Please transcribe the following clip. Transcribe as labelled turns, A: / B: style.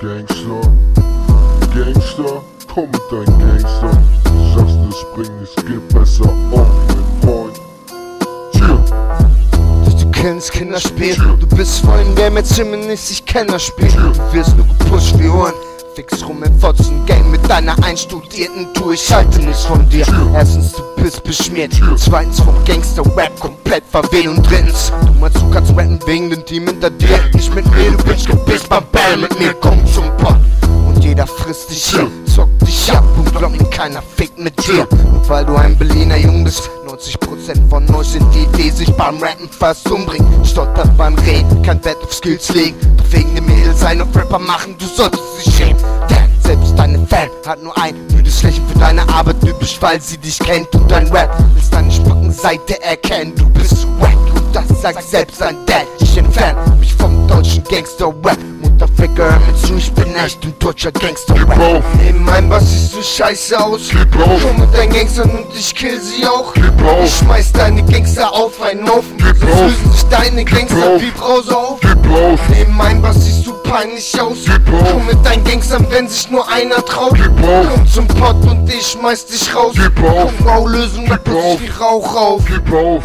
A: Gangster, Gangster, komm mit deinem Gangster. Sagst es bringt, es geht besser auf, mein Freund. Tja,
B: Du kennst Kinderspiel, du bist voll im Game, erzähl mir nichts, ich kenn das Spiel. Du wirst nur gepusht wie Huren. Fix rum im Fotzen Game mit deiner einstudierten Tour, ich halte nichts von dir. Erstens, du bist beschmiert. Zweitens, vom Gangster-Rap komplett verwählt. Und drittens, du meinst, du kannst rappen wegen dem Team hinter dir. Nicht mit mir, du Bitch, du bist beim Ball mit mir. Komm zum Pott und jeder frisst dich hier. Zock dich ab und glaub mir, keiner fickt mit dir. Und weil du ein Berliner Jung bist, 90% von euch sind die, die sich beim Rappen fast umbringen. Stottert beim Reden, kein Wert auf Skills legen. Doch wegen dem Mädel sein und Rapper machen, du solltest dich schämen. Denn selbst deine Fan hat nur ein müdes Lächeln für deine Arbeit, typisch, weil sie dich kennt. Und dein Rap ist deine Spackenseite erkennen. Du bist wack und das sagt selbst dein Dad. Ich entferne mich vom deutschen Gangster-Rap. Mutterficker, hör mir zu, ich bin echt ein deutscher Gangster-Rap.
A: auf.
B: In meinem Bass siehst du scheiße aus.
A: Gib auf.
B: Komm mit deinen Gangstern und ich kill sie auch.
A: Gib auf.
B: Ich schmeiß deine Gangster auf einen Haufen.
A: Gib
B: Sonst
A: auf.
B: lösen sich deine Gangster
A: auf.
B: wie Brause auf.
A: gib auf,
B: In meinem Bass siehst du peinlich aus.
A: Gib auf.
B: Komm mit deinen Gangstern, wenn sich nur einer traut.
A: Gib auf.
B: Komm zum Pott und ich schmeiß dich raus.
A: Gib auf.
B: Komm, Baulösung, da
A: Gib auf.
B: plötzlich wie Rauch auf.
A: gib auf.